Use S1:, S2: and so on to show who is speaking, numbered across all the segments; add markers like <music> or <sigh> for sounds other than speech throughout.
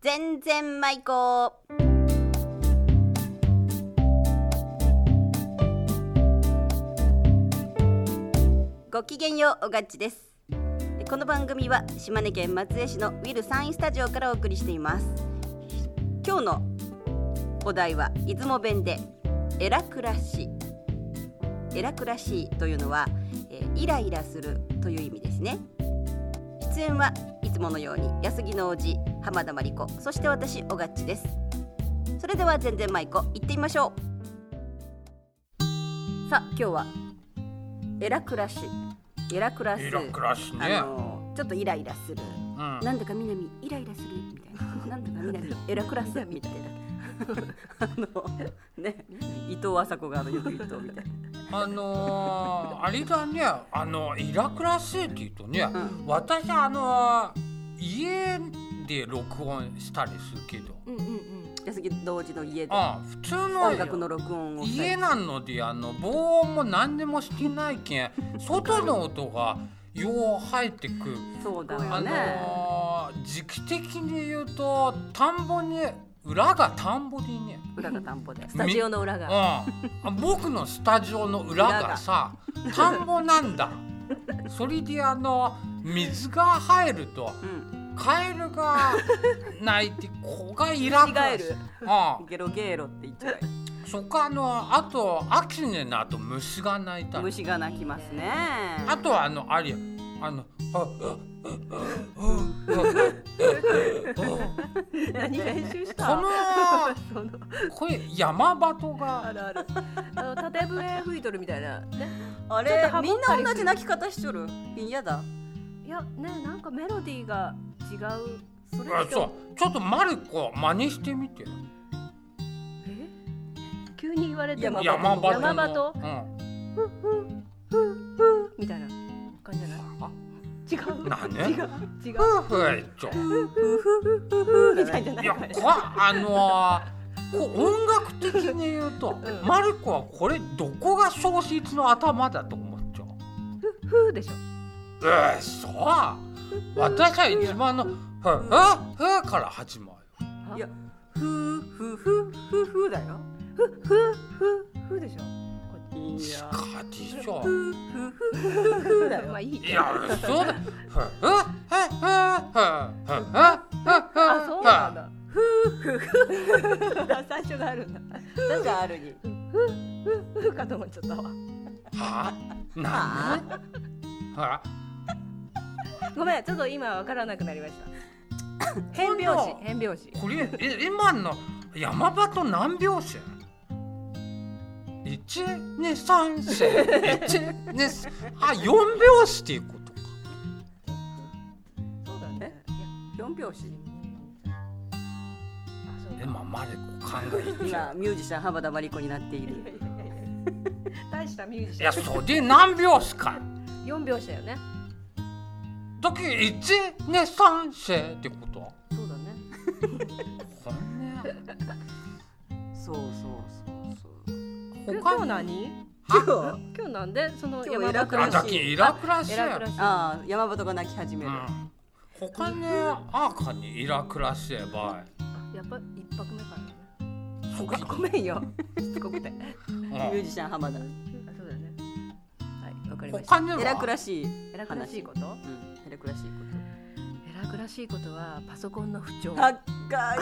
S1: 全然舞子ごきげんようおがっちですこの番組は島根県松江市のウィルサンインスタジオからお送りしています今日のお題は出雲弁でエラクラシエラクラシというのは、えーイライラするという意味ですね出演はいつものように安木の王子浜田真理子そして私小がっちですそれでは全然舞子行ってみましょうさあ今日はエラクラシエラクラス
S2: イラクラシね
S1: あのちょっとイライラする
S2: うん
S1: なんだか南イライラするみたいななんだか南エラクラスみたいなあのね伊藤麻子があのよく言うとみたいな
S2: あのー、あれだねあのイラクラシーっていうとね、
S1: うん
S2: 私あのー、家で録音したりするけど、
S3: うんうんうん。
S1: 安木同時の家で
S2: あ普通
S1: 音楽の
S2: の
S1: 録音を
S2: 家なのであの防音も何でもしてないけ
S1: <laughs>
S2: ん外の音がよう入ってくる。
S1: そうだ
S2: あ
S1: よね、
S2: のー、時期的に言うと田んぼに裏が田んぼでね、
S1: 裏が田んぼで
S3: スタジオの裏
S2: うん、
S3: が。
S2: あ僕のスタジオの裏がさ田んぼなんだそれであの水が入ると
S1: うん
S2: カエルが鳴いて子がいらん
S3: ガエル。
S2: う
S1: ゲロゲロって言っちゃ
S2: ん、そこあのあと秋になると虫が鳴いた
S1: う
S2: り
S1: 虫が鳴きますね
S2: あとはあのあれよあのあ
S3: 何練習
S2: こ
S3: した。
S2: の
S3: <laughs> その
S2: これ山鳩が
S3: あるある。あの縦笛吹いとるみたいな。 <laughs> ね
S1: あ
S3: ちょっ
S1: れ
S3: とハ
S1: み
S3: モ
S1: ん
S3: ったりする
S1: な同じ鳴き方しとる嫌だ
S3: いやねなんかメロディーが違う。それ
S2: あ
S3: でし
S2: そ
S3: ょ。
S2: うちょっとマルコ真似してみて
S3: え急に言われても
S1: いや
S2: 山鳩の
S3: 山鳩
S2: うん
S3: みたいな感じじゃない。
S2: あ
S3: 違う。
S2: 何
S3: 違う違う。
S2: 夫婦が一緒
S1: みたいじゃない
S2: いやこあのー、こ音楽的に言うと、
S3: うん
S2: マルコはこれどこが小説の頭だと思っちゃう
S3: ふふでしょ。
S2: えー、そう私は一番の「ふふふ」から始まる
S1: いやふーふーふーふーふーだよ
S3: ふふふふでしょ。こう
S1: い
S2: し
S1: や
S2: かししょ
S1: ふーふーふーふーふーだよ
S3: まあいい
S2: い
S3: けど。
S2: やそうだ「ふふふふふふふふ
S3: あそうなんだ。
S1: ふーふーふ
S3: 最初があるんだ。
S1: ーなんかあるに
S3: ふふかと思っちゃったわ。
S2: はな
S3: <laughs>
S2: には
S3: ごめん、ちょっと今わからなくなりました。変拍子、変拍子。
S2: これえ今の山場と何拍子一二三四一二三あ四拍子っていうことか
S3: そうだね。
S1: 四拍 <laughs> 子
S3: あ、そう
S2: 今までこう考えて
S1: 今ミュージシャン浜田真理子になっている
S3: 大したミュージ
S2: い
S3: シャ
S2: や
S3: ン。
S2: それ何拍子か
S3: 四拍子だよね。
S2: だけど一二三四ってこと
S3: そうだね。
S2: こんね
S1: そうそうそうそう
S3: 今日
S2: <laughs> 他に
S3: 何？
S1: 今日
S3: 今日なんでそ
S1: 今
S3: の
S1: 日
S3: 山
S1: 偉く
S2: あ
S1: ら
S3: 倉
S1: し
S2: だ
S1: い
S2: けイラクラシ
S3: 偉
S2: や
S3: くらしい。
S1: ああ山本が泣き始め
S2: う
S1: る、
S2: ん他にあーかにイラクラシやばい
S3: やっぱ一泊目からね。
S2: そ
S3: あごめんよ。しつこくて。あ、
S1: ミュージシャン浜田
S3: そうだよね。はい、わかりました。
S2: 他には
S1: エラクラシー
S3: 偉くらしいこと？
S1: うんエラクラシーこ
S3: 偉くらしいことはパソコンの不調。
S1: と
S3: っ
S1: はがい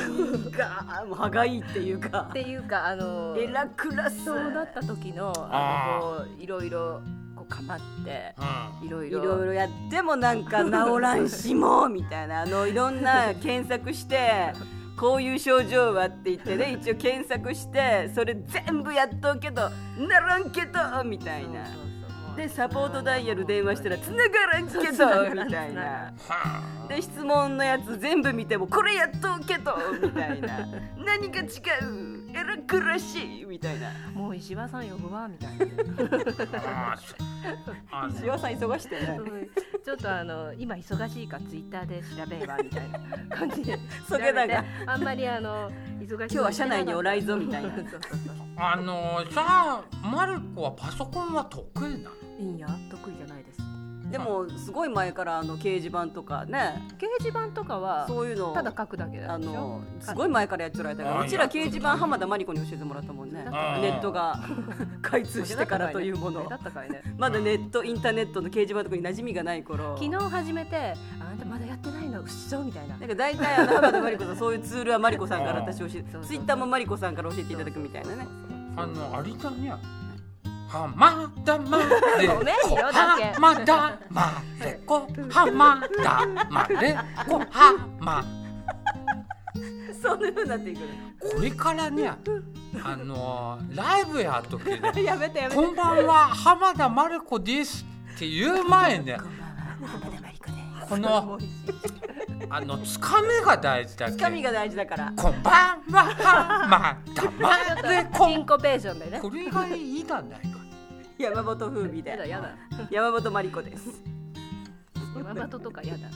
S1: がもうはがいっていうか
S3: ていうかあの。
S1: エラクラス
S3: そうだった時のあのこういろいろこうかまって
S2: うん
S3: いろい
S1: い
S3: ろ
S1: ろいろやってもなんか治らんしもみたいなあのいろんな検索 <laughs> してこういう症状はって言ってね一応検索してそれ全部やっとうけどならんけどみたいな
S3: そうそうそうもう
S1: でサポートダイヤル電話したら繋がらんけ
S3: そうそう
S1: どみたいな
S2: は
S1: で質問のやつ全部見てもこれやっとうけどみたい <laughs> な何か違うエラクらしいみたいな
S3: もう石破さん呼ぶわみたい
S2: あー
S3: な
S2: そあの
S1: 石尾さん忙しくない
S3: ちょっとあの今忙しいからツイッターで調べればみたいな感じで
S1: <laughs> そげなが
S3: 調べてあんまりあの忙しい今
S1: 今日は社内におらいぞみたいな
S3: そうそうそう
S2: あのー、じゃあマルコはパソコンは得意なの
S3: いいんや得意じゃないです
S1: でもすごい前からあの掲示板とかね
S3: 掲示板とかは
S1: そういうの
S3: ただ書くだけな
S1: あ
S3: んでしょ
S1: のすごい前からやっちゃられたか
S2: あ
S1: ら
S2: ー
S1: うちら掲示板浜田真理子に教えてもらったもんね
S3: だ
S1: ネ
S3: から
S2: ね
S1: ット <laughs> が開通してからというもの
S3: だったかいね
S1: まだネットインターネットの掲示板とかに馴染みがない頃
S3: 昨日始めてあんたまだやってないのうっそみたいな
S1: なんか大体あの浜田真理子さんそういうツールは真理子さんから私教えて
S3: そうそう
S1: ツイッターも真理子さんから教えていただくみたいなね
S2: あの有田には浜田まで
S3: ごめんよだけ
S2: 浜田までこ浜田までこ浜
S1: そんなふうになっていく
S2: これからねあのライブやときね
S3: のやめてやめて
S2: こんばんは浜田まる子ですっていう前ね
S1: こんばんは浜田真理子で
S2: このあのつかみが大事だ
S1: す
S2: け
S1: つかみが大事だから
S2: こんばんは浜田までこ
S3: インコペーションでね
S2: これがいいだないか
S1: 山本風味
S3: やだ
S1: で <laughs>
S3: やだ
S1: 山本真理子です
S3: 山里とかやだ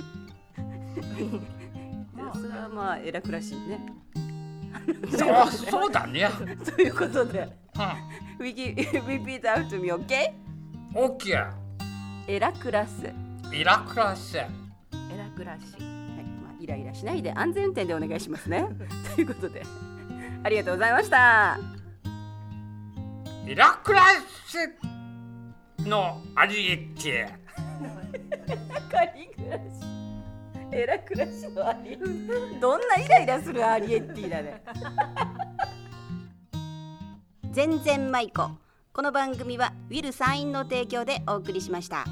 S2: まあ
S1: それはまあ偉くらしいね
S2: そうそうだね。
S1: ということで
S2: う
S1: We keep repeat after me, okay?
S2: ん、オッケー。
S1: エラクラス、はい
S2: イラクラス。
S3: エラクラシ
S1: まあ、イライラしないで安全運転でお願いします <laughs> ね。ということで、ありがとうございました。
S2: イラクラスのありえて。
S1: カリク
S3: <laughs>
S1: ラシ、エラクラシのアリエッティ。どんなイライラするアリエッティだね。全然マイコ。この番組はウィルサインの提供でお送りしました。